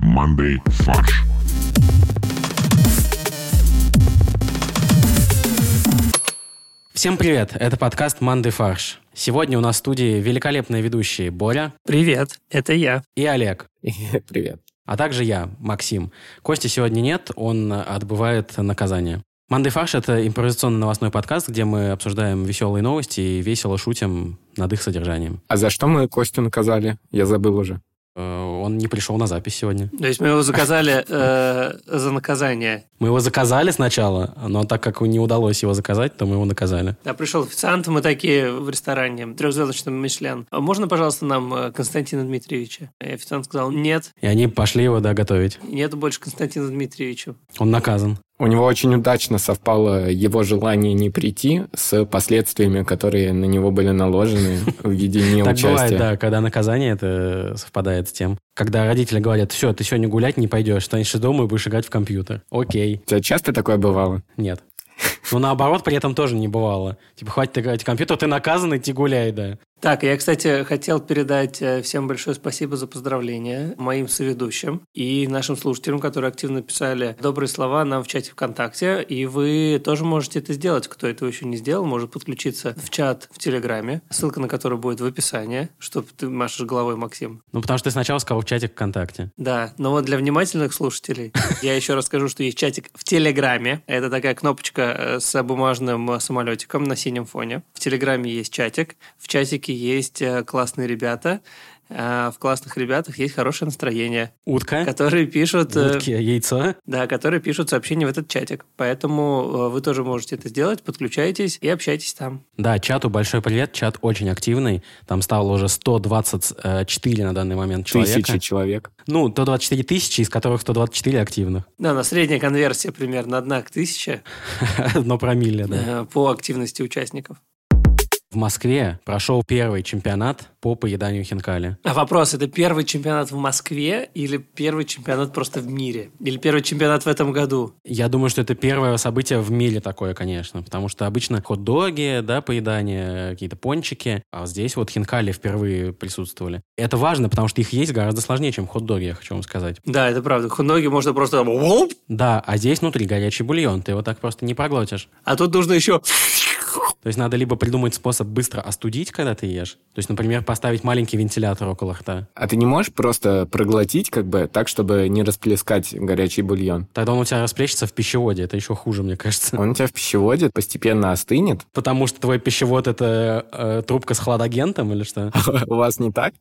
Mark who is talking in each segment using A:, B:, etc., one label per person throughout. A: командой «Фарш».
B: Всем привет! Это подкаст «Манды фарш». Сегодня у нас в студии великолепные ведущие Боря
C: Привет, это я.
B: и Олег,
D: Привет.
B: а также я, Максим. Кости сегодня нет, он отбывает наказание. «Манды фарш» — это импровизационный новостной подкаст, где мы обсуждаем веселые новости и весело шутим над их содержанием.
D: А за что мы Костю наказали? Я забыл уже.
B: Э, Он не пришел на запись сегодня.
C: То есть мы его заказали э, за наказание.
B: Мы его заказали сначала, но так как не удалось его заказать, то мы его наказали.
C: Да, пришел официант, мы такие в ресторане, трехзвездочный Мишлен. «А Можно, пожалуйста, нам э, Константина Дмитриевича? И официант сказал, нет,
B: И они пошли его, да, готовить.
C: нету больше Константина Дмитриевича.
B: Он наказан.
D: У него очень удачно совпало его желание не прийти с последствиями, которые на него были наложены в виде
B: так бывает,
D: неучастия.
B: да, когда наказание это совпадает с тем. Когда родители говорят, все, ты сегодня гулять не пойдешь, станешь дома и будешь играть в компьютер. Окей,
D: У тебя часто такое бывало?
B: нет. Но наоборот, при этом тоже не бывало. Типа, хватит играть в компьютер, ты наказан, иди гуляй, да.
C: Так, я, кстати, хотел передать э, всем большое спасибо за поздравления моим соведущим и нашим слушателям, которые активно писали добрые слова нам в чате ВКонтакте. И вы тоже можете это сделать. Кто этого еще не сделал, может подключиться в чат в Телеграме, ссылка на который будет в описании, чтобы ты машешь головой, Максим.
B: Ну, потому что ты сначала сказал в чате ВКонтакте.
C: Да, но вот для внимательных слушателей я еще расскажу, что есть чатик в Телеграме. Это такая кнопочка э, с бумажным э, самолетиком на синем фоне. В Телеграме есть чатик, в чатике есть э, классные ребята, а в классных ребятах есть хорошее настроение,
B: Утка,
C: которые пишут... э,
B: утки, яйцо.
C: Да, которые пишут сообщения в этот чатик. Поэтому э, вы тоже можете это сделать, подключайтесь и общайтесь там.
B: Да, чату большой привет, чат очень активный. Там стало уже 124 на данный момент человека.
D: Тысячи человек.
B: Ну, 124 тысячи, из которых 124 активных.
C: Да, на средняя конверсия примерно одна к тысяче
B: Одно промилле, да.
C: э, по активности участников.
B: В Москве прошел первый чемпионат по поеданию хинкали.
C: А вопрос, это первый чемпионат в Москве или первый чемпионат просто в мире? Или первый чемпионат в этом году?
B: Я думаю, что это первое событие в мире такое, конечно, потому что обычно хот-доги, да, поедание, какие-то пончики, а вот здесь вот хинкали впервые присутствовали. Это важно, потому что их есть гораздо сложнее, чем хот-доги, я хочу вам сказать.
C: Да, это правда. Ноги можно просто... там «Воп!»
B: Да, а здесь внутри горячий бульон, ты его так просто не проглотишь.
C: А тут нужно еще...
B: То есть надо либо придумать способ быстро остудить, когда ты ешь, то есть, например, поставить маленький вентилятор около рта.
D: А ты не можешь просто проглотить как бы так, чтобы не расплескать горячий бульон?
B: Тогда он у тебя расплещется в пищеводе, это еще хуже, мне кажется.
D: Он у тебя в пищеводе постепенно остынет.
B: Потому что твой пищевод это э, трубка с хладагентом или что?
D: У вас не так?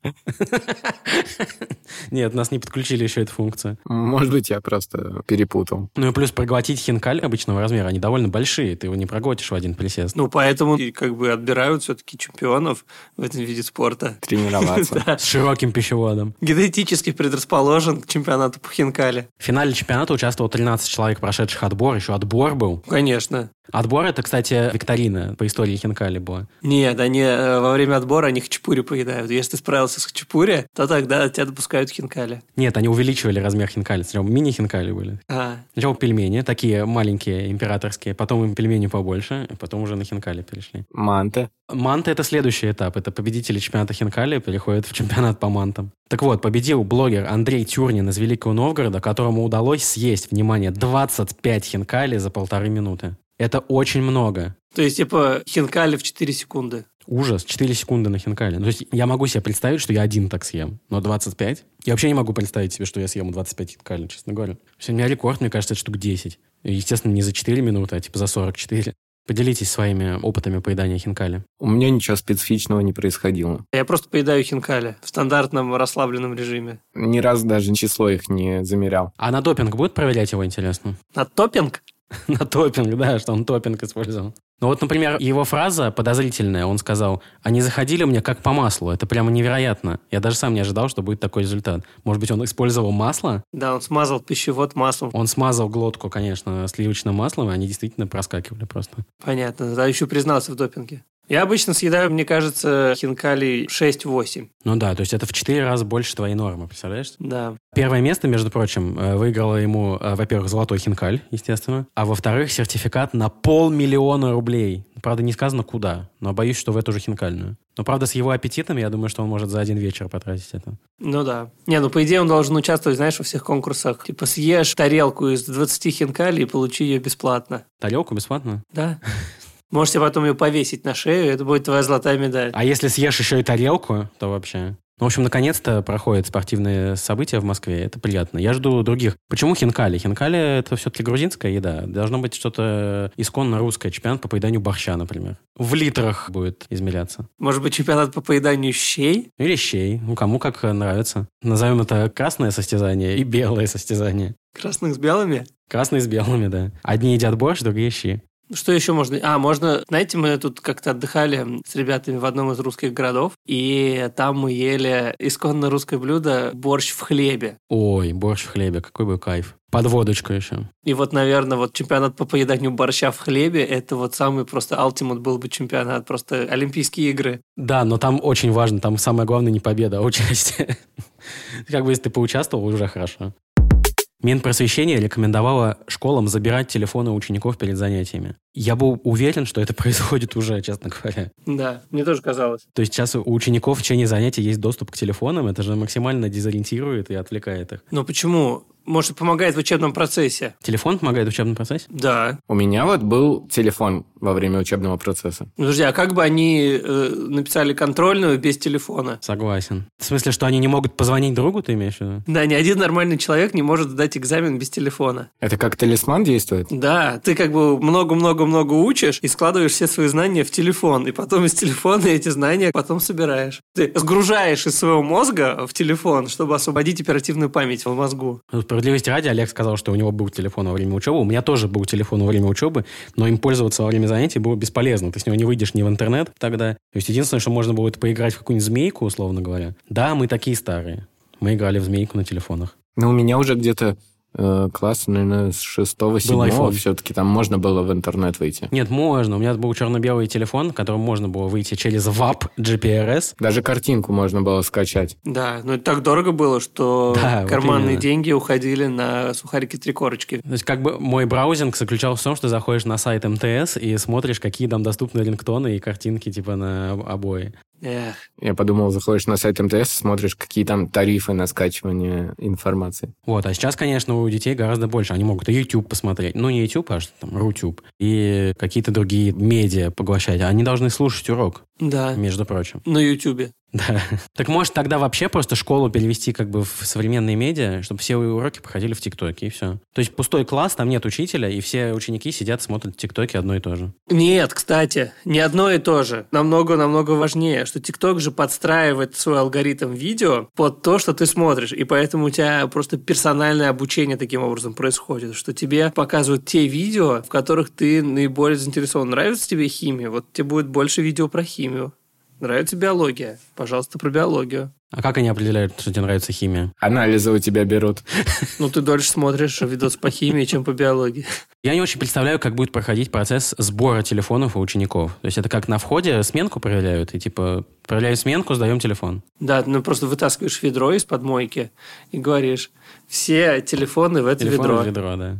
B: Нет, нас не подключили еще эту функцию.
D: Может быть, я просто перепутал.
B: Ну и плюс проглотить хинкаль обычного размера, они довольно большие, ты его не проглотишь в один присест.
C: Ну, поэтому и как бы отбирают все-таки чемпионов в этом виде спорта.
D: Тренироваться.
B: С широким пищеводом.
C: Генетически предрасположен к чемпионату по хинкале.
B: В финале чемпионата участвовало 13 человек, прошедших отбор, еще отбор был.
C: Конечно.
B: Отбор это, кстати, викторина по истории хинкали была.
C: Нет, они э, во время отбора они хачапури поедают. Если ты справился с хачапури, то тогда тебя допускают к хинкале.
B: Нет, они увеличивали размер хинкали, сначала мини-хинкали были.
C: А,
B: Сначала пельмени, такие маленькие, императорские, потом им пельмени побольше, а потом уже на хинкали перешли.
D: Манты.
B: Манты — это следующий этап. Это победители чемпионата Хинкали переходят в чемпионат по мантам. Так вот, победил блогер Андрей Тюрнин из Великого Новгорода, которому удалось съесть, внимание, 25 хинкали за полторы минуты. Это очень много.
C: то есть, типа, хинкали в 4 секунды.
B: Ужас, 4 секунды на хинкали. Ну, То есть я могу себе представить, что я один так съем, но 25? Я вообще не могу представить себе, что я съем 25 хинкали, честно говоря. То есть у меня рекорд, мне кажется, это штук 10. И, естественно, не за 4 минуты, а типа за 44. Поделитесь своими опытами поедания хинкали.
D: У меня ничего специфичного не происходило.
C: Я просто поедаю хинкали в стандартном расслабленном режиме.
D: Ни разу даже число их не замерял.
B: А на допинг будет проверять его, интересно?
C: На топпинг?
B: на топинг, да, что он топинг использовал. Ну вот, например, его фраза подозрительная, он сказал, они заходили мне как по маслу, это прямо невероятно. Я даже сам не ожидал, что будет такой результат. Может быть, он использовал масло?
C: Да, он смазал пищевод маслом.
B: Он смазал глотку, конечно, сливочным маслом, и они действительно проскакивали просто.
C: Понятно. Да, еще признался в допинге. Я обычно съедаю, мне кажется, хинкали 6-8.
B: Ну да, то есть это в 4 раза больше твоей нормы, представляешь?
C: Да.
B: Первое место, между прочим, э, выиграло ему, э, во-первых, золотой хинкаль, естественно, а во-вторых, сертификат на полмиллиона рублей. Правда, не сказано куда, но боюсь, что в эту же хинкальную. Но, правда, с его аппетитом, я думаю, что он может за один вечер потратить это.
C: Ну да. Не, ну по идее он должен участвовать, знаешь, во всех конкурсах. Типа съешь тарелку из 20 хинкалей и получи ее бесплатно.
B: Тарелку бесплатно?
C: Да? Можете потом ее повесить на шею, это будет твоя золотая медаль.
B: А если съешь еще и тарелку, то вообще... Ну, в общем, наконец-то проходят спортивные события в Москве. Это приятно. Я жду других. Почему хинкали? Хинкали — это все-таки грузинская еда. Должно быть что-то исконно русское. Чемпионат по поеданию борща, например. В литрах будет измеряться.
C: Может быть, чемпионат по поеданию щей?
B: Или щей. Ну, кому как э, нравится. Назовем это красное состязание и белое состязание.
C: Красных с белыми?
B: Красные с белыми, да. Одни едят борщ, другие щи.
C: Что еще можно? А, можно... Знаете, мы тут как-то отдыхали с ребятами в одном из русских городов, и там мы ели исконно русское блюдо борщ в хлебе.
B: Ой, борщ в хлебе, какой бы кайф. Под водочку еще.
C: И вот, наверное, вот чемпионат по поеданию борща в хлебе – это вот самый просто ultimate был бы чемпионат, просто Олимпийские игры.
B: Да, но там очень важно, там самое главное не победа, а участие. Как бы если ты поучаствовал, уже хорошо. Минпросвещение рекомендовало школам забирать телефоны у учеников перед занятиями. Я был уверен, что это происходит уже, честно говоря.
C: Да, мне тоже казалось.
B: То есть сейчас у учеников в течение занятий есть доступ к телефонам, это же максимально дезориентирует и отвлекает их.
C: Но почему? Может, помогает в учебном процессе?
B: Телефон помогает в учебном процессе?
C: Да.
D: У меня вот был телефон во время учебного процесса.
C: Ну, Друзья, а как бы они э, написали контрольную без телефона?
B: Согласен. В смысле, что они не могут позвонить другу, ты имеешь в виду?
C: Да, ни один нормальный человек не может сдать экзамен без телефона.
D: Это как талисман действует?
C: Да, ты как бы много-много-много учишь и складываешь все свои знания в телефон, и потом из телефона эти знания потом собираешь. Ты сгружаешь из своего мозга в телефон, чтобы освободить оперативную память в мозгу.
B: Ну, Справедливости ради, Олег сказал, что у него был телефон во время учебы. У меня тоже был телефон во время учебы, но им пользоваться во время занятий было бесполезно. Ты с него не выйдешь ни в интернет тогда. То есть единственное, что можно было, это поиграть в какую-нибудь змейку, условно говоря. Да, мы такие старые. Мы играли в змейку на телефонах.
D: Но Ну, у меня уже где-то э, класс, наверное, с шестого, седьмого
B: iPhone.
D: все-таки там можно было в интернет выйти.
B: Нет, можно. У меня был черно-белый телефон, которым можно было выйти через ВАП GPRS.
D: Даже картинку можно было скачать.
C: Да, но это так дорого было, что
B: Да, вот
C: карманные
B: именно.
C: деньги уходили на сухарики три корочки.
B: То есть как бы мой браузинг заключался в том, что заходишь на сайт МТС и смотришь, какие там доступны рингтоны и картинки типа на об- обои.
C: Эх,
D: Я подумал, заходишь на сайт МТС, смотришь, какие там тарифы на скачивание информации.
B: Вот, а сейчас, конечно, у детей гораздо больше. Они могут и YouTube посмотреть. Ну, не YouTube, а что там, Рутюб. И какие-то другие медиа поглощать. Они должны слушать урок,
C: да,
B: между прочим.
C: на Ютубе.
B: Да. Так может тогда вообще просто школу перевести как бы в современные медиа, чтобы все уроки проходили в ТикТоке, и все. То есть пустой класс, там нет учителя, и все ученики сидят, смотрят в ТикТоке одно и то же.
C: Нет, кстати, не одно и то же. Намного-намного важнее, что ТикТок же подстраивает свой алгоритм видео под то, что ты смотришь. И поэтому у тебя просто персональное обучение таким образом происходит, что тебе показывают те видео, в которых ты наиболее заинтересован. Нравится тебе химия? Вот тебе будет больше видео про химию. Нравится биология? Пожалуйста, про биологию.
B: А как они определяют, что тебе нравится химия?
D: Анализы у тебя берут.
C: Ну, ты дольше смотришь видос по химии, чем по биологии.
B: Я не очень представляю, как будет проходить процесс сбора телефонов у учеников. То есть это как на входе сменку проверяют, и типа проверяю сменку, сдаем телефон.
C: Да, ну просто вытаскиваешь ведро из-под мойки и говоришь, все телефоны в это
B: Телефон
C: ведро.
B: в ведро, да.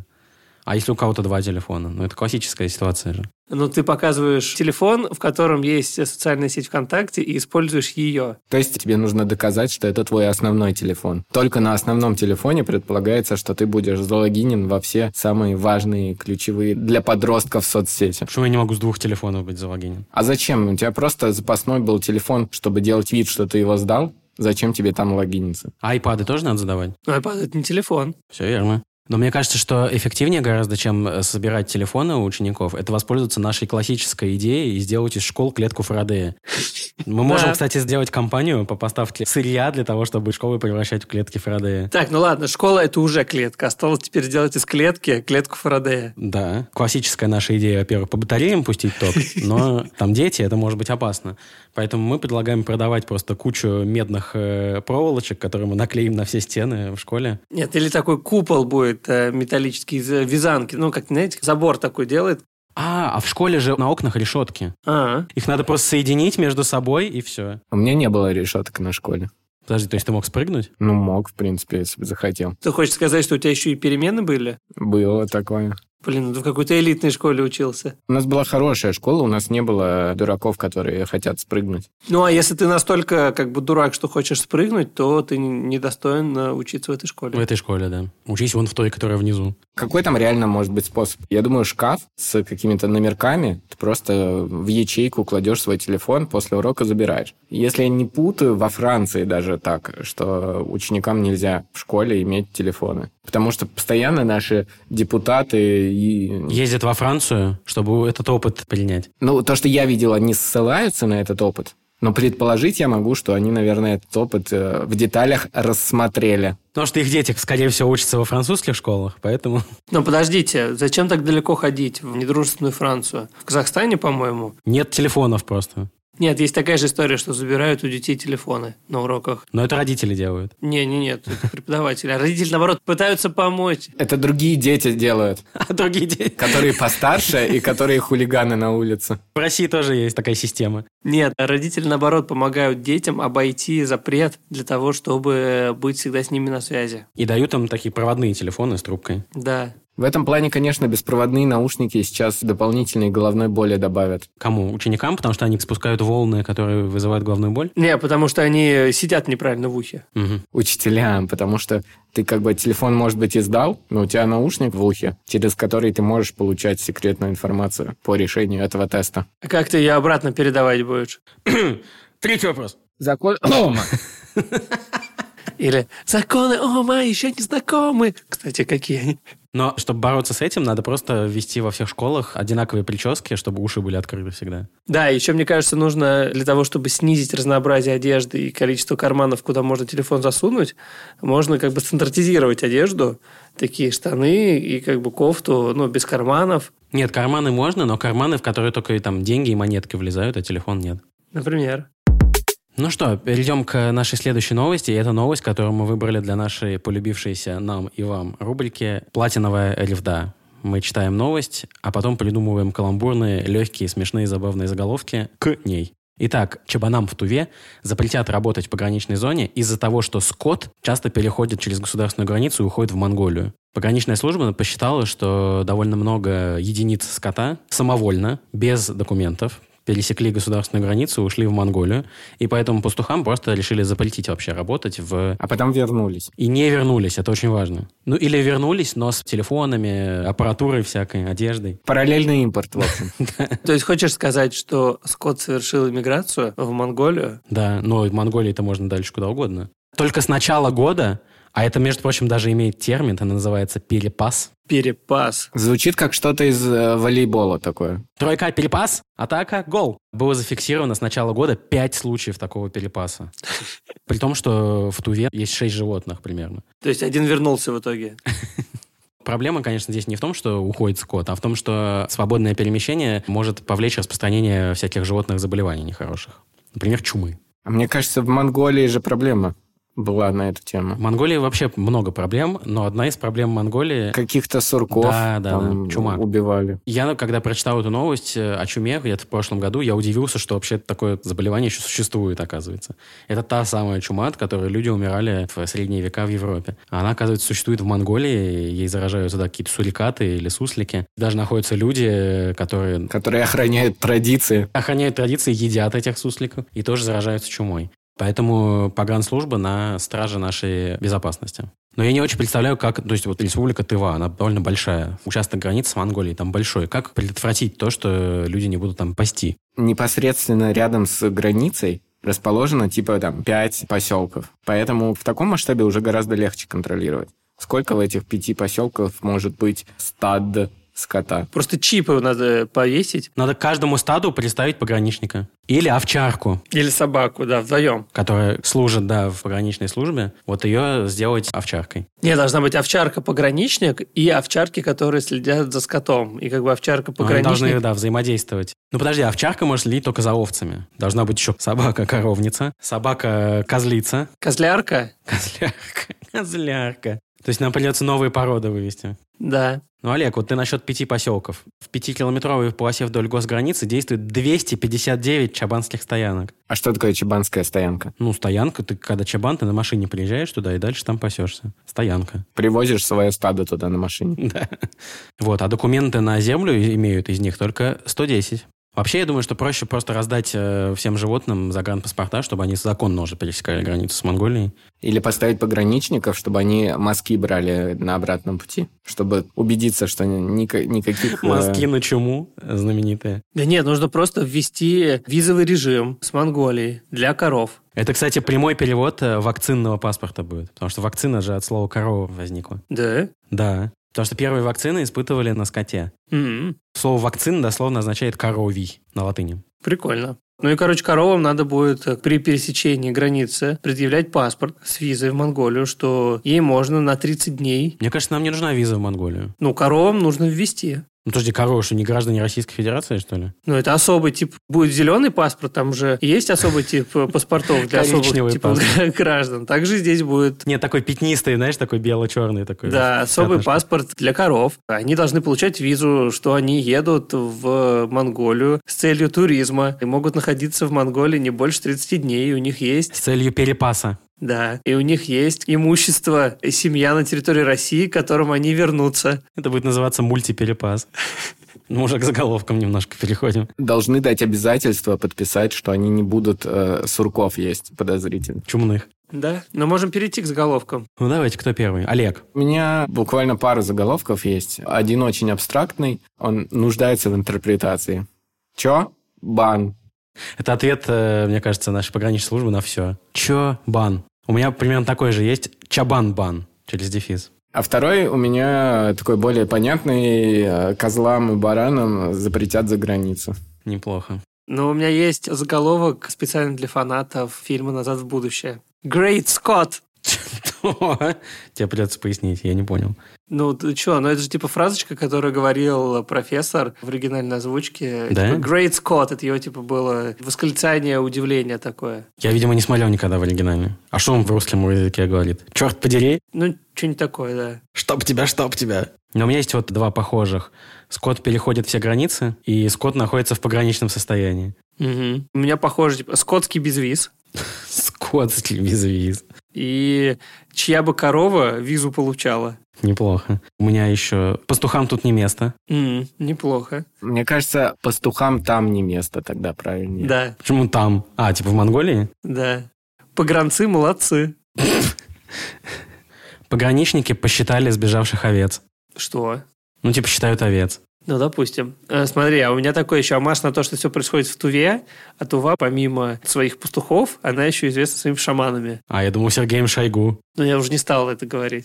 B: А если у кого-то два телефона? Ну, это классическая ситуация же.
C: Ну, ты показываешь телефон, в котором есть социальная сеть ВКонтакте, и используешь ее.
D: То есть тебе нужно доказать, что это твой основной телефон. Только на основном телефоне предполагается, что ты будешь залогинен во все самые важные, ключевые для подростков соцсети.
B: Почему я не могу с двух телефонов быть залогинен?
D: А зачем? У тебя просто запасной был телефон, чтобы делать вид, что ты его сдал. Зачем тебе там логиниться?
B: А айпады тоже надо задавать?
C: Ну, iPad это не телефон.
B: Все верно. Но мне кажется, что эффективнее гораздо, чем э, собирать телефоны у учеников, это воспользоваться нашей классической идеей и сделать из школ клетку Фарадея. Мы можем,
C: Да.
B: кстати, сделать компанию по поставке сырья для того, чтобы школы превращать в клетки Фарадея.
C: Так, ну ладно, школа это уже клетка. Осталось теперь делать из клетки клетку Фарадея.
B: Да, классическая наша идея, во-первых, по батареям пустить ток, но там дети, это может быть опасно. Поэтому мы предлагаем продавать просто кучу медных э, проволочек, которые мы наклеим на все стены в школе.
C: Нет, или такой купол будет э, металлический из э, вязанки. Ну, как, знаете, забор такой делает.
B: А, а в школе же на окнах решетки.
C: А,
B: Их надо просто соединить между собой, и все.
D: У меня не было решеток на школе.
B: Подожди, то есть ты мог спрыгнуть?
D: Ну, мог, в принципе, если бы захотел.
C: ты хочешь сказать, что у тебя еще и перемены были?
D: Было такое.
C: Блин, ну ты в какой-то элитной школе учился.
D: У нас была хорошая школа, у нас не было дураков, которые хотят спрыгнуть.
C: Ну, а если ты настолько как бы дурак, что хочешь спрыгнуть, то ты н- недостоин э, учиться в этой
B: В
C: школе.
B: этой школе, да. Учись вон в той, которая внизу.
D: Какой там реально может быть способ? Я думаю, шкаф с какими-то номерками, ты просто в ячейку кладешь свой телефон, после урока забираешь. Если я не путаю, во Франции даже так, что ученикам нельзя в школе иметь телефоны. Потому что постоянно наши депутаты и...
B: Ездят во Францию, чтобы этот опыт принять.
D: Ну, то, что я видел, они ссылаются на этот опыт. Но предположить я могу, что они, наверное, этот опыт э, в деталях рассмотрели.
B: Потому что их дети, скорее всего, учатся во французских школах, поэтому...
C: Но Ну, подождите, зачем так далеко ходить в недружественную Францию? В Казахстане, по-моему.
B: Нет телефонов просто.
C: Нет, есть такая же история, что забирают у детей телефоны на уроках.
B: Но это родители делают.
C: Не, не, нет, это преподаватели. А родители, наоборот, пытаются помочь.
D: Это другие дети делают,
B: А другие дети...
D: которые постарше и которые хулиганы на улице.
B: В России тоже есть такая система.
C: Нет, а родители, наоборот, помогают детям обойти запрет для того, чтобы быть всегда с ними на связи.
B: И дают им такие проводные телефоны с трубкой.
C: Да.
D: В этом плане, конечно, беспроводные наушники сейчас дополнительной головной боли добавят.
B: Кому? Ученикам, потому что они спускают волны, которые вызывают головную боль.
C: Не, потому что они сидят неправильно в ухе.
B: Мгм.
D: Учителям, потому что ты как бы телефон, может быть, издал, но у тебя наушник в ухе, через который ты можешь получать секретную информацию по решению этого теста.
C: А как ты ее обратно передавать будешь?
B: Третий вопрос.
D: Закон...
C: Или законы Ома еще не знакомы. Кстати, какие они?
B: Но чтобы бороться с этим, надо просто ввести во всех школах одинаковые прически, чтобы уши были открыты всегда.
C: Да, еще, мне кажется, нужно для того, чтобы снизить разнообразие одежды и количество карманов, куда можно телефон засунуть, можно как бы стандартизировать одежду, такие штаны и как бы кофту, ну, без карманов,
B: Нет, карманы можно, но карманы, в которые только и там деньги и монетки влезают, а телефон нет.
C: например.
B: Ну что, перейдем к нашей следующей новости. И это новость, которую мы выбрали для нашей полюбившейся нам и вам рубрики «Платиновая ревда». Мы читаем новость, а потом придумываем каламбурные, легкие, смешные, забавные заголовки к ней. Итак, чабанам в Туве запретят работать в пограничной зоне из-за того, что скот часто переходит через государственную границу и уходит в Монголию. Пограничная служба посчитала, что довольно много единиц скота самовольно, без документов, пересекли государственную границу, ушли в Монголию. И поэтому пастухам просто решили запретить вообще работать в...
D: А потом вернулись.
B: И не вернулись, это очень важно. Ну, или вернулись, но с телефонами, аппаратурой всякой, одеждой.
D: Параллельный импорт, в общем.
C: То есть хочешь сказать, что Скотт совершил иммиграцию в Монголию?
B: Да, но в Монголии-то можно дальше куда угодно. Только с начала года, а это, между прочим, даже имеет термин, это называется перепас.
C: Перепас.
D: Звучит как что-то из э, волейбола такое.
B: Тройка, перепас, атака, гол. Было зафиксировано с начала года пять случаев такого перепаса. При том, что в Туве есть шесть животных примерно.
C: То есть один вернулся в итоге.
B: Проблема, конечно, здесь не в том, что уходит скот, а в том, что свободное перемещение может повлечь распространение всяких животных заболеваний нехороших. Например, чумы.
D: А Мне кажется, в Монголии же проблема была на эту
B: В
D: тему.
B: Монголии вообще много проблем, но одна из проблем Монголии...
D: Каких-то сурков
B: Да, да,
D: там
B: да, чума.
D: убивали.
B: Я, ну, когда прочитал эту новость э, о чуме где-то в прошлом году, я удивился, что вообще такое заболевание еще существует, оказывается. Это та самая чума, от которой люди умирали в средние века в Европе. А Она, оказывается, существует в Монголии, ей заражаются да, какие-то сурикаты или суслики. Даже находятся люди, э, которые
D: Которые охраняют традиции.
B: охраняют традиции, едят этих сусликов и тоже заражаются чумой. Поэтому погранслужба на страже нашей безопасности. Но я не очень представляю, как... То есть вот республика Тыва, она довольно большая. Участок границ с Монголией там большой. Как предотвратить то, что люди не будут там пасти?
D: Непосредственно рядом с границей расположено типа там 5 поселков. Поэтому в таком масштабе уже гораздо легче контролировать. Сколько в этих пяти поселков может быть стад скота?
C: Просто чипы надо повесить.
B: Надо к каждому стаду представить пограничника. Или овчарку,
C: Или собаку, да, вдвоем.
B: которая служит, да, в пограничной службе. Вот ее сделать овчаркой.
C: Не, должна быть овчарка-пограничник и овчарки, которые следят за скотом. И как бы
B: Но Они должны,
C: овчарка-пограничник...
B: да, взаимодействовать. Ну, подожди, овчарка может следить только за овцами. Должна быть еще собака-коровница, собака-козлица,
C: Козлярка?
B: Козлярка. Козлярка. То есть нам придется новые породы вывести.
C: Да.
B: Ну, Олег, вот ты насчет пяти поселков. В пятикилометровой полосе вдоль госграницы действует 259 чабанских стоянок.
D: А что такое чебанская стоянка?
B: Ну, стоянка, ты когда чабан, ты на машине приезжаешь туда и дальше там пасешься. Стоянка.
D: Привозишь свое стадо туда на машине.
B: Да. Вот, а документы на землю имеют из них только 110. Вообще, я думаю, что проще просто раздать э, всем животным загранпаспорта, чтобы они законно уже пересекали границу с Монголией.
D: Или поставить пограничников, чтобы они мазки брали на обратном пути, чтобы убедиться, что ни- ника- никаких... э,
B: Мазки на чуму э, знаменитые.
C: Да нет, нужно просто ввести визовый режим с Монголией для коров.
B: Это, кстати, прямой перевод э, вакцинного паспорта будет, потому что вакцина же от слова корова возникла.
C: Да?
B: Да. Потому что первые вакцины испытывали на скоте.
C: М,
B: Слово «вакцин» дословно означает «коровий» на латыни.
C: Прикольно. Ну и, короче, коровам надо будет э, при пересечении границы предъявлять паспорт с визой в Монголию, что ей можно на 30 дней.
B: Мне кажется, нам не нужна виза в Монголию.
C: Ну, коровам нужно ввести.
B: Ну, подожди, корова, что не граждане Российской Федерации, что ли?
C: Ну, это особый тип. Будет зеленый паспорт, там же есть особый тип э, паспортов для особых
B: Коричневый
C: типов граждан. Также здесь будет
B: Нет, такой пятнистый, знаешь, такой бело-черный такой.
C: Да, особый
B: пятнышко.
C: паспорт для коров. Они должны получать визу, что они едут в Монголию с целью туризма и могут находиться в Монголии не больше 30 дней. И у них
B: С
C: есть,
B: целью перепаса.
C: да, и у них есть имущество и семья на территории России, к которым они вернутся.
B: Это будет называться мультиперепас. Ну, уже к заголовкам немножко переходим.
D: Должны дать обязательство подписать, что они не будут э, сурков есть подозрительно.
B: Чумных.
C: Да, но можем перейти к заголовкам.
B: Ну, давайте, кто первый? Олег.
D: У меня буквально пара заголовков есть. Один очень абстрактный, он нуждается в интерпретации. Чё? Бан.
B: Это ответ, э, мне кажется, нашей пограничной службы на все. Чо-бан. У меня примерно такой же есть. Чабан-бан. Через дефис.
D: А второй у меня такой более понятный. э, Козлам и баранам запретят за границу.
B: Неплохо.
C: Но у меня есть заголовок специально для фанатов фильма «Назад в будущее». Great Scott!
B: Тебе придется пояснить, я не понял.
C: Ну, ты чё, ну это же типа фразочка, которую говорил э, профессор в оригинальной озвучке.
B: Да?
C: Типа, Great Scott, это его типа было восклицание, удивление такое.
B: Я, видимо, не смотрел никогда в оригинале. А что он в русском языке говорит? Черт подери.
C: Ну, что-нибудь такое, да.
B: Чтоб тебя, чтоб тебя. Но у меня есть вот два похожих. Скот переходит все границы, и скот находится в пограничном состоянии.
C: У меня похоже, типа, скотский безвиз.
B: Скот с виз.
C: И чья бы корова визу получала.
B: Неплохо. У меня еще пастухам тут не место.
C: М, Неплохо.
D: Мне кажется, пастухам там не место тогда, правильнее.
C: Да,
B: Почему там? А, типа в Монголии?
C: да. Погранцы молодцы.
B: Пограничники посчитали сбежавших овец.
C: Что?
B: Ну, типа считают овец.
C: Ну, допустим. Э, Смотри, а у меня такой еще амаш на то, что все происходит в Туве, а Тува, помимо своих пастухов, она еще известна своими шаманами.
B: А, я думал, Сергеем Шойгу.
C: Но Ну, я уже не стал это говорить.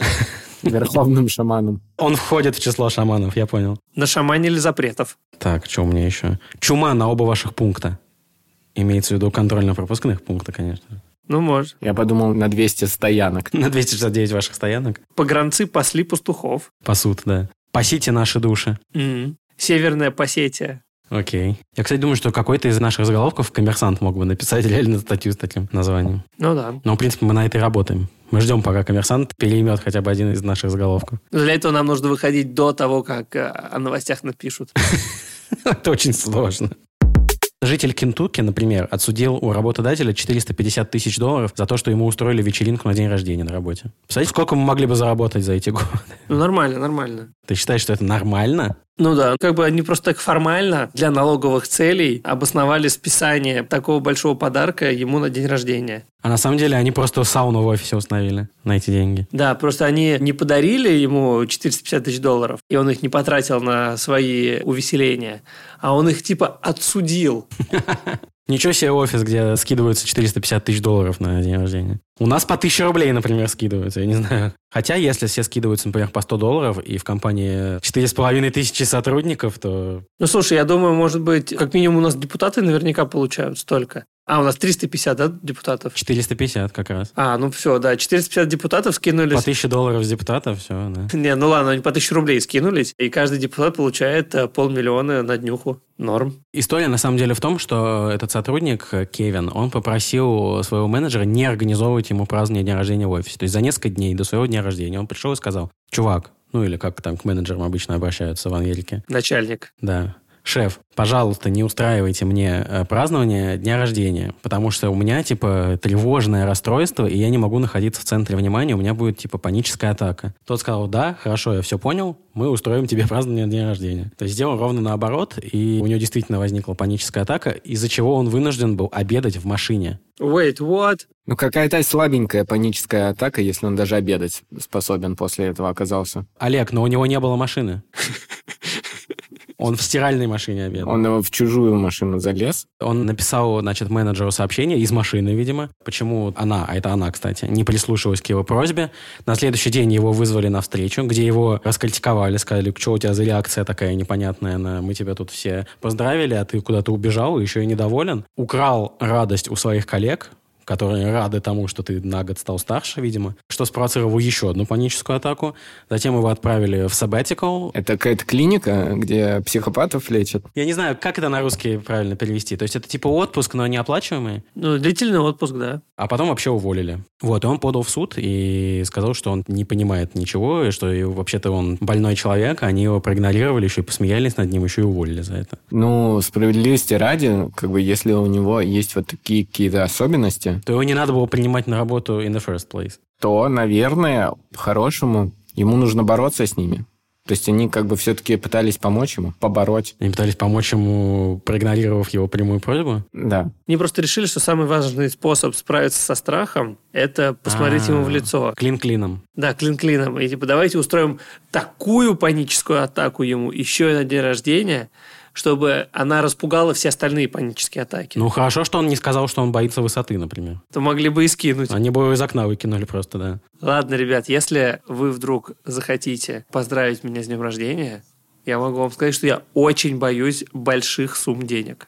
D: Верховным шаманом.
B: Он входит в число шаманов, я понял.
C: Нашаманили запретов.
B: Так, что у меня еще? Чума на оба ваших пункта. Имеется в виду контрольно-пропускных пункта, конечно. же.
C: Ну, может.
D: Я подумал на 200 стоянок.
B: На 269 ваших стоянок.
C: Погранцы пасли пастухов.
B: Пасут, да. Пасите наши души.
C: М. Северная Посетия.
B: Окей. Я, кстати, думаю, что какой-то из наших заголовков коммерсант мог бы написать реально статью с таким названием.
C: Ну да.
B: Но, в принципе, мы на это и работаем. Мы ждем, пока коммерсант переймет хотя бы один из наших заголовков.
C: Но Для этого нам нужно выходить до того, как э, о новостях напишут.
B: Это очень сложно. Житель Кентукки, например, отсудил у работодателя 450 тысяч долларов за то, что ему устроили вечеринку на день рождения на работе. Представляете, сколько мы могли бы заработать за эти годы?
C: Ну, нормально, нормально.
B: Ты считаешь, что это нормально?
C: Ну да, как бы они просто так формально для налоговых целей обосновали списание такого большого подарка ему на день рождения.
B: А на самом деле они просто сауну в офисе установили на эти деньги.
C: Да, просто они не подарили ему 450 тысяч долларов, и он их не потратил на свои увеселения, а он их типа отсудил.
B: Ничего себе офис, где скидываются 450 тысяч долларов на день рождения. У нас по 1000 рублей, например, скидываются, я не знаю. Хотя, если все скидываются, например, по 100 долларов, и в компании 4,5 тысячи сотрудников, то
C: Ну, слушай, я думаю, может быть, как минимум у нас депутаты наверняка получают столько. А, у нас 350, да, депутатов?
B: 450 как раз.
C: А, ну все, да, 450 депутатов
B: По
C: скинулись.
B: 1000 долларов с депутата, все, да.
C: Не, ну ладно, они по 1000 рублей скинулись, и каждый депутат получает э, полмиллиона на днюху. Норм.
B: История на самом деле в том, что этот сотрудник, э, Кевин, он попросил своего менеджера не организовывать ему празднование дня рождения в офисе. То есть за несколько дней до своего дня рождения он пришел и сказал, чувак, Ну, или как там к менеджерам обычно обращаются в Америке.
C: Начальник.
B: Да. Шеф, пожалуйста, не устраивайте мне э, празднование дня рождения, потому что у меня, типа, тревожное расстройство, и я не могу находиться в центре внимания, у меня будет, типа, паническая атака. Тот сказал, да, хорошо, я все понял, мы устроим тебе празднование дня рождения. То есть сделал ровно наоборот, и у него действительно возникла паническая атака, из-за чего он вынужден был обедать в машине.
C: Wait, what?
D: Ну, какая-то слабенькая паническая атака, если он даже обедать способен после этого оказался.
B: Олег, но у него не было машины. Он в стиральной машине обедал.
D: Он э, в чужую машину залез.
B: Он написал, значит, менеджеру сообщение из машины, видимо. Почему она, а это она, кстати, не прислушивалась к его просьбе. На следующий день его вызвали на встречу, где его раскритиковали, сказали, что у тебя за реакция такая непонятная, на... мы тебя тут все поздравили, а ты куда-то убежал, еще и недоволен. Украл радость у своих коллег, которые рады тому, что ты на год стал старше, видимо, что спровоцировало еще одну паническую атаку. Затем его отправили в sabbatical,
D: Это какая-то клиника, где психопатов лечат.
B: Я не знаю, как это на русский правильно перевести. То есть это типа отпуск, но неоплачиваемый,
C: Ну, длительный отпуск, да.
B: а потом вообще уволили. Вот, и он подал в суд и сказал, что он не понимает ничего, и что и вообще-то он больной человек, а они его проигнорировали, еще и посмеялись над ним, еще и уволили за это.
D: Ну, справедливости ради, как бы, если у него есть вот такие какие-то особенности,
B: То его не надо было принимать на работу in the first place.
D: то, наверное, по-хорошему ему нужно бороться с ними. То есть они как бы все-таки пытались помочь ему, побороть.
B: Они пытались помочь ему, проигнорировав его прямую просьбу.
D: Да.
C: Они просто решили, что самый важный способ справиться со страхом – это посмотреть ему в
B: А,
C: лицо.
B: Клин клином.
C: Да, клин клином. И типа давайте устроим такую паническую атаку ему еще и на день рождения, чтобы она распугала все остальные панические атаки.
B: Ну, хорошо, что он не сказал, что он боится высоты, например.
C: То могли бы и скинуть.
B: Они бы его из окна выкинули просто, да.
C: Ладно, ребят, если вы вдруг захотите поздравить меня с днем рождения, я могу вам сказать, что я очень боюсь больших сумм денег.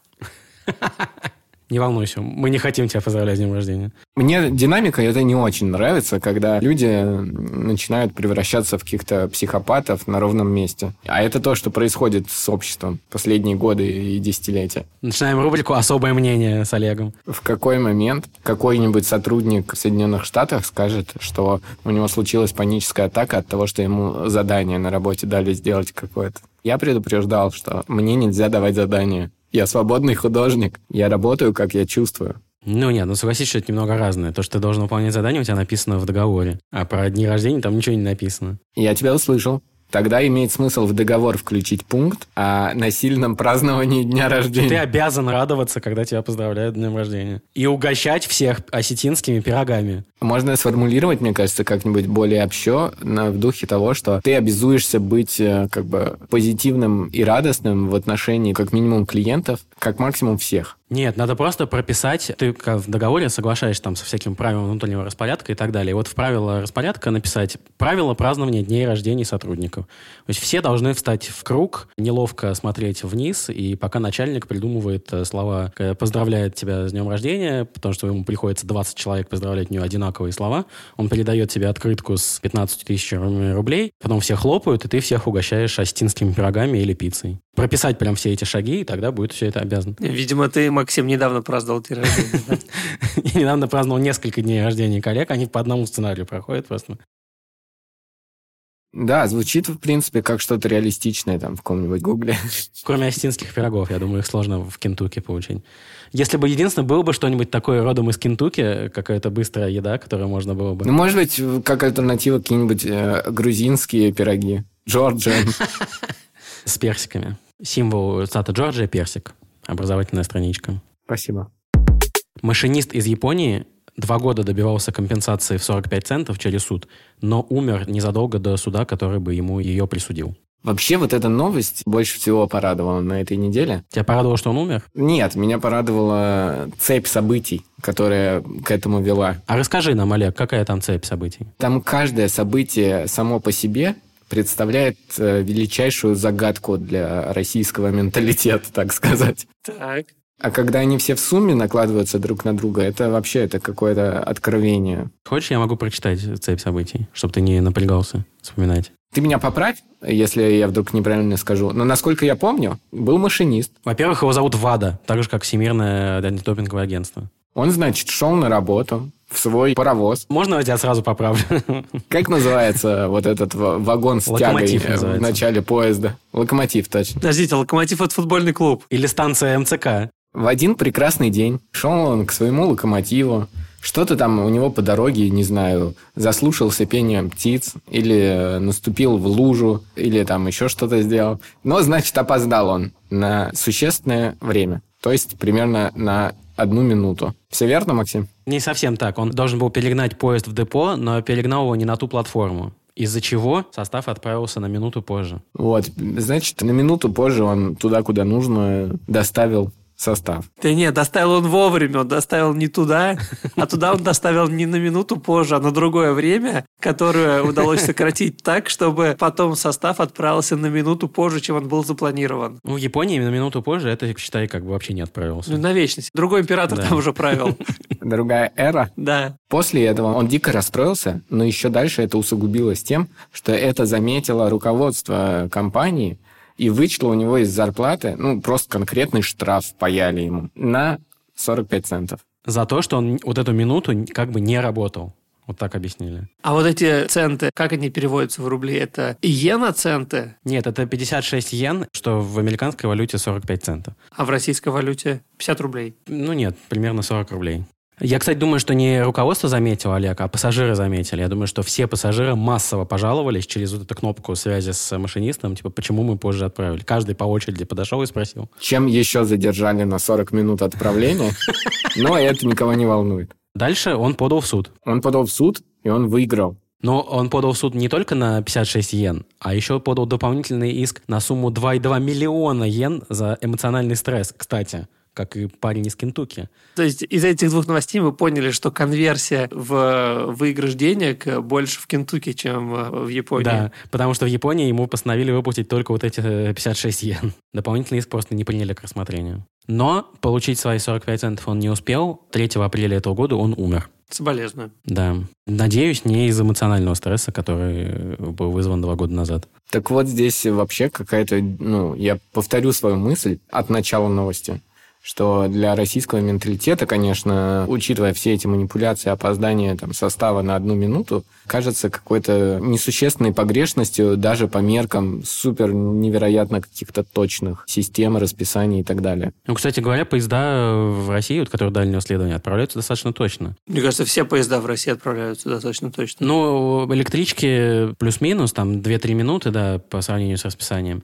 B: Не волнуйся, мы не хотим тебя поздравлять с днем рождения.
D: Мне динамика это не очень нравится, когда люди начинают превращаться в каких-то психопатов на ровном месте. А это то, что происходит с обществом последние годы и десятилетия.
B: Начинаем рубрику «Особое мнение» с Олегом.
D: В какой момент какой-нибудь сотрудник в Соединенных Штатах скажет, что у него случилась паническая атака от того, что ему задание на работе дали сделать какое-то. Я предупреждал, что мне нельзя давать задание. Я свободный художник. Я работаю, как я чувствую.
B: Ну нет, ну согласись, что это немного разное. То, что ты должен выполнять задание, у тебя написано в договоре. А про дни рождения там ничего не написано.
D: Я тебя услышал. Тогда имеет смысл в договор включить пункт о насильном праздновании дня
B: Ты
D: рождения.
B: обязан радоваться, когда тебя поздравляют с днем рождения. И угощать всех осетинскими пирогами.
D: Можно сформулировать, мне кажется, как-нибудь более общо, на, в духе того, что ты обязуешься быть э, как бы позитивным и радостным в отношении как минимум клиентов, как максимум всех.
B: Нет, надо просто прописать. Ты как в договоре соглашаешься там со всякими правилами внутреннего распорядка и так далее. И вот в правила распорядка написать правила празднования дней рождения сотрудников. То есть все должны встать в круг, неловко смотреть вниз, и пока начальник придумывает э, слова э, «поздравляет тебя с днем рождения», потому что ему приходится 20 человек поздравлять у него одинаковые слова, он передает тебе открытку с 15 тысяч рублей, потом все хлопают, и ты всех угощаешь астинскими пирогами или пиццей. Прописать прям все эти шаги, и тогда будет все это обязано.
C: Видимо, ты, Максим, недавно праздновал день рождения. да?
B: Я недавно праздновал несколько дней рождения коллег, они по одному сценарию проходят просто.
D: Да, звучит, в принципе, как что-то реалистичное там в каком-нибудь гугле.
B: Кроме остинских пирогов, я думаю, их сложно в Кентукки получить. Если бы единственное, было бы что-нибудь такое родом из Кентукки, какая-то быстрая еда, которую можно было бы...
D: Ну, может быть, как альтернатива какие-нибудь э, грузинские пироги. Джорджия.
B: С персиками. Символ штата Джорджия – персик. Образовательная страничка.
D: Спасибо.
B: Машинист из Японии два года добивался компенсации в 45 центов через суд, но умер незадолго до суда, который бы ему ее присудил.
D: Вообще, вот эта новость больше всего порадовала на этой неделе.
B: Тебя порадовало, что он умер?
D: Нет, меня порадовала цепь событий, которая к этому вела.
B: А расскажи нам, Олег, какая там цепь событий?
D: Там каждое событие само по себе представляет э, величайшую загадку для российского менталитета, так сказать.
C: Так.
D: А когда они все в сумме накладываются друг на друга, это вообще это какое-то откровение.
B: Хочешь, я могу прочитать цепь событий, чтобы ты не напрягался вспоминать?
D: Ты меня поправь, если я вдруг неправильно скажу. Но насколько я помню, был машинист.
B: Во-первых, его зовут ВАДА, так же, как Всемирное антидопинговое агентство.
D: Он, значит, шел на работу в свой паровоз.
B: Можно я тебя сразу поправлю?
D: Как называется вот этот ва- вагон с тягой
B: Локомотив
D: э, в
B: называется.
D: начале поезда? Локомотив, точно.
C: Подождите, Локомотив – это футбольный клуб.
B: Или станция МЦК.
D: В один прекрасный день шел он к своему локомотиву. Что-то там у него по дороге, не знаю, заслушался пением птиц, или э, наступил в лужу, или там еще что-то сделал. Но, значит, опоздал он на существенное время. То есть примерно на одну минуту. Все верно, Максим?
B: Не совсем так. Он должен был перегнать поезд в депо, но перегнал его не на ту платформу. Из-за чего состав отправился на минуту позже.
D: Вот, значит, на минуту позже он туда, куда нужно, доставил состав.
C: Да нет, доставил он вовремя, он доставил не туда, а туда он доставил не на минуту позже, а на другое время, которое удалось сократить так, чтобы потом состав отправился на минуту позже, чем он был запланирован.
B: Ну, в Японии на минуту позже это, считай, как бы вообще не
C: Ну,
B: отправился.
C: на вечность. Другой император
B: Да.
C: там уже правил.
D: Другая эра.
C: Да.
D: После этого он дико расстроился, но еще дальше это усугубилось тем, что это заметило руководство э, компании и вычло у него из зарплаты, ну, просто конкретный штраф паяли ему на 45 центов.
B: За то, что он вот эту минуту как бы не работал. Вот так объяснили.
C: А вот эти центы, как они переводятся в рубли? Это иена центы,
B: Нет, это 56 йен, что в американской валюте 45 центов.
C: а в российской валюте 50 рублей.
B: Ну нет, примерно 40 рублей. Я, кстати, думаю, что не руководство заметило, Олег, а пассажиры заметили. Я думаю, что все пассажиры массово пожаловались через вот эту кнопку связи с машинистом, типа, почему мы позже отправили. Каждый по очереди подошел и спросил.
D: Чем еще задержали на 40 минут отправления, но это никого не волнует.
B: Дальше он подал в суд.
D: Он подал в суд, и он выиграл.
B: Но он подал в суд не только на 56 йен, а еще подал дополнительный иск на сумму 2,2 миллиона йен за эмоциональный стресс, кстати, как и парень из Кентукки.
C: То есть из этих двух новостей мы поняли, что конверсия в выигрыш денег больше в Кентукки, чем в Японии.
B: Да, потому что в Японии ему постановили выплатить только вот эти э, 56 йен. Дополнительный иск просто не приняли к рассмотрению. Но получить свои 45 центов он не успел. 3 апреля этого года он умер.
C: Соболезную.
B: Да. Надеюсь, не из эмоционального стресса, который э, был вызван два года назад.
D: Так вот здесь вообще какая-то, ну, я повторю свою мысль от начала новости, что для российского менталитета, конечно, учитывая все эти манипуляции, опоздание там, состава на одну минуту, кажется какой-то несущественной погрешностью даже по меркам супер невероятно каких-то точных систем, расписаний и так далее.
B: Ну, кстати говоря, поезда э, в России, вот, которые дальнего следования, отправляются достаточно точно.
C: Мне кажется, все поезда в России отправляются достаточно точно.
B: Ну, электрички плюс-минус, там, 2-3 минуты, да, по сравнению с расписанием.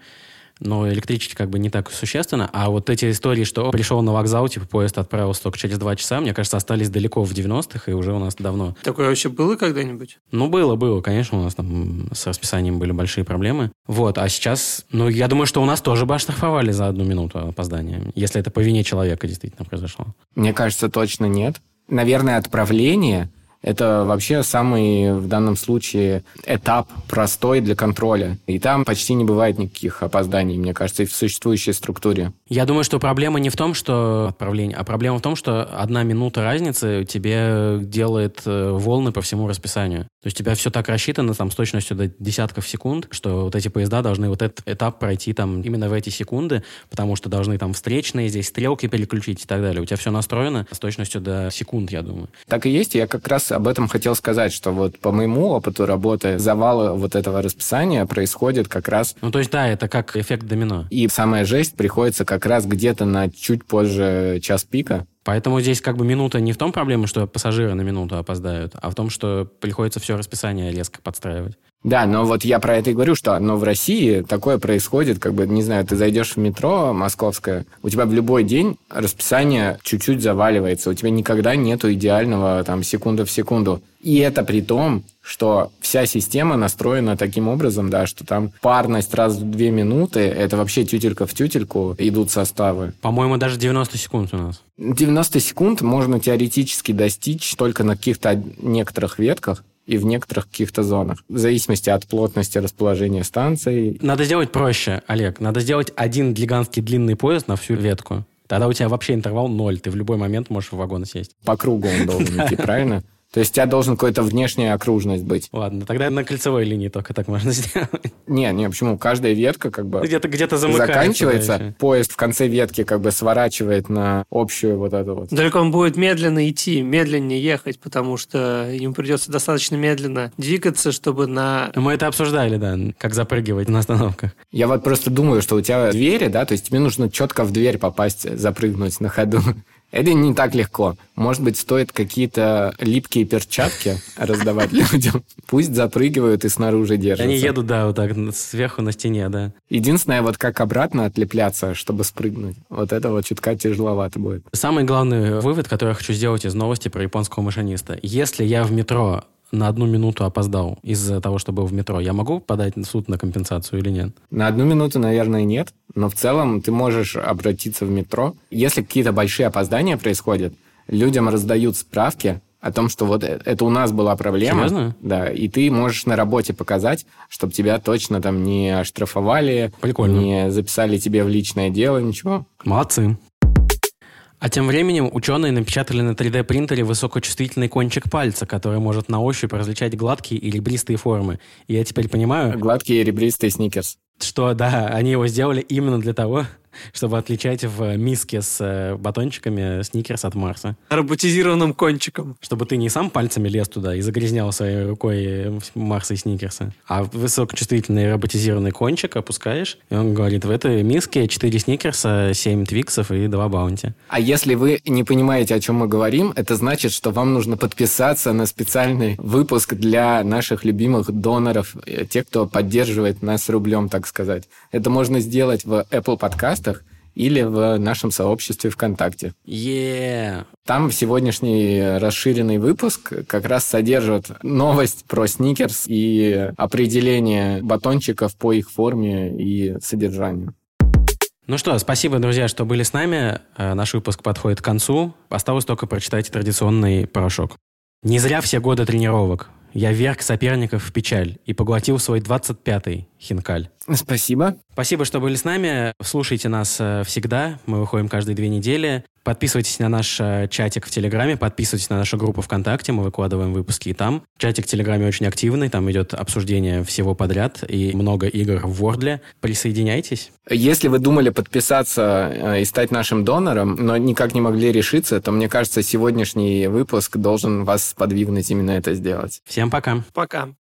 B: Но электрички как бы не так существенно. А вот эти истории, что «О, пришел на вокзал, типа поезд отправился только через 2 часа, мне кажется, остались далеко в 90-х и уже у нас давно.
C: Такое вообще было когда-нибудь?
B: Ну, было, было, конечно, у нас там с расписанием были большие проблемы. Вот, а сейчас, ну, я думаю, что у нас тоже бы оштрафовали за одну минуту опоздания, если это по вине человека действительно произошло.
D: Мне кажется, точно нет. Наверное, отправление – это вообще самый, в данном случае, этап простой для контроля. И там почти не бывает никаких опозданий, мне кажется, и в существующей структуре.
B: Я думаю, что проблема не в том, что отправление, а проблема в том, что одна минута разницы тебе делает э, волны по всему расписанию. То есть у тебя все так рассчитано там с точностью до десятков секунд, что вот эти поезда должны вот этот этап пройти там именно в эти секунды, потому что должны там встречные, здесь стрелки переключить и так далее. У тебя все настроено с точностью до секунд, я думаю.
D: Так и есть, я как раз об этом хотел сказать, что вот по моему опыту работы завалы вот этого расписания происходят как раз
B: Ну, то есть, да, это как эффект домино.
D: и самая жесть приходится как раз где-то на чуть позже час пика.
B: Поэтому здесь как бы минута не в том проблема, что пассажиры на минуту опоздают, а в том, что приходится все расписание резко подстраивать.
D: Да, но вот я про это и говорю, что но в России такое происходит, как бы, не знаю, ты зайдешь в метро московское, у тебя в любой день расписание чуть-чуть заваливается, у тебя никогда нету идеального там секунда в секунду. И это при том, что вся система настроена таким образом, да, что там парность раз в две минуты, это вообще тютелька в тютельку идут составы.
B: По-моему, даже 90 секунд у нас.
D: 90 секунд можно теоретически достичь только на каких-то од- некоторых ветках и в некоторых каких-то зонах, в зависимости от плотности расположения станций.
B: Надо сделать проще, Олег. Надо сделать один гигантский длинный поезд на всю ветку. Тогда у тебя вообще интервал ноль. Ты в любой момент можешь в вагон сесть.
D: По кругу он должен идти, правильно? То есть у тебя должен какой-то внешняя окружность быть.
B: Ладно, тогда на кольцевой линии только так можно сделать.
D: Не, не, почему? Каждая ветка как бы
B: Где-то где замыкается.
D: заканчивается,
B: да, ещё.
D: поезд в конце ветки как бы сворачивает на общую вот эту вот.
C: Только он будет медленно идти, медленнее ехать, потому что ему придется достаточно медленно двигаться, чтобы на...
B: Мы это обсуждали, да, как запрыгивать на остановках.
D: Я вот просто думаю, что у тебя двери, да, то есть тебе нужно четко в дверь попасть, запрыгнуть на ходу. Это не так легко. Может быть, стоит какие-то липкие перчатки раздавать людям. Пусть запрыгивают и снаружи держатся.
B: Они едут, да, вот так сверху на стене, да.
D: Единственное, вот как обратно отлепляться, чтобы спрыгнуть. Вот это вот чутка тяжеловато будет.
B: Самый главный вывод, который я хочу сделать из новости про японского машиниста. Если я в метро на одну минуту опоздал из-за того, что был в метро, я могу подать в суд на компенсацию или нет?
D: На одну минуту, наверное, нет, но в целом ты можешь обратиться в метро. Если какие-то большие опоздания происходят, людям раздают справки о том, что вот э- это у нас была проблема.
B: Серьезно?
D: Да, и ты можешь на работе показать, чтобы тебя точно там не оштрафовали,
B: Прикольно.
D: не записали тебе в личное дело, ничего.
B: Молодцы. А тем временем ученые напечатали на 3D-принтере высокочувствительный кончик пальца, который может на ощупь различать гладкие и ребристые формы. И я теперь понимаю,
D: Гладкий ребристый сникерс.
B: что да, они его сделали именно для того, чтобы отличать в миске с э, батончиками сникерс от Марса.
C: Роботизированным кончиком.
B: Чтобы ты не сам пальцами лез туда и загрязнял своей рукой э, Марса и Сникерса, а высокочувствительный роботизированный кончик опускаешь, и он говорит, в этой миске 4 Сникерса, 7 Твиксов и 2 Баунти.
D: А если вы не понимаете, о чем мы говорим, это значит, что вам нужно подписаться на специальный выпуск для наших любимых доноров, э, тех, кто поддерживает нас рублем, так сказать. Это можно сделать в Apple подкастах или в нашем сообществе ВКонтакте.
B: е
D: Там сегодняшний расширенный выпуск как раз содержит новость про сникерс и определение батончиков по их форме и содержанию.
B: Ну что, спасибо, друзья, что были с нами. Э, Наш выпуск подходит к концу. Осталось только прочитать традиционный порошок. Не зря все годы тренировок. Я верг соперников в печаль и поглотил свой 25-й хинкаль.
D: Спасибо.
B: Спасибо, что были с нами. Слушайте нас э, всегда. Мы выходим каждые две недели. Подписывайтесь на наш э, чатик в Телеграме, подписывайтесь на нашу группу ВКонтакте, мы выкладываем выпуски и там. Чатик в Телеграме очень активный, там идет обсуждение всего подряд и много игр в Вордле. Присоединяйтесь.
D: Если вы думали подписаться э, и стать нашим донором, но никак не могли решиться, то мне кажется, сегодняшний выпуск должен вас подвигнуть именно это сделать.
B: Всем пока!
C: Пока.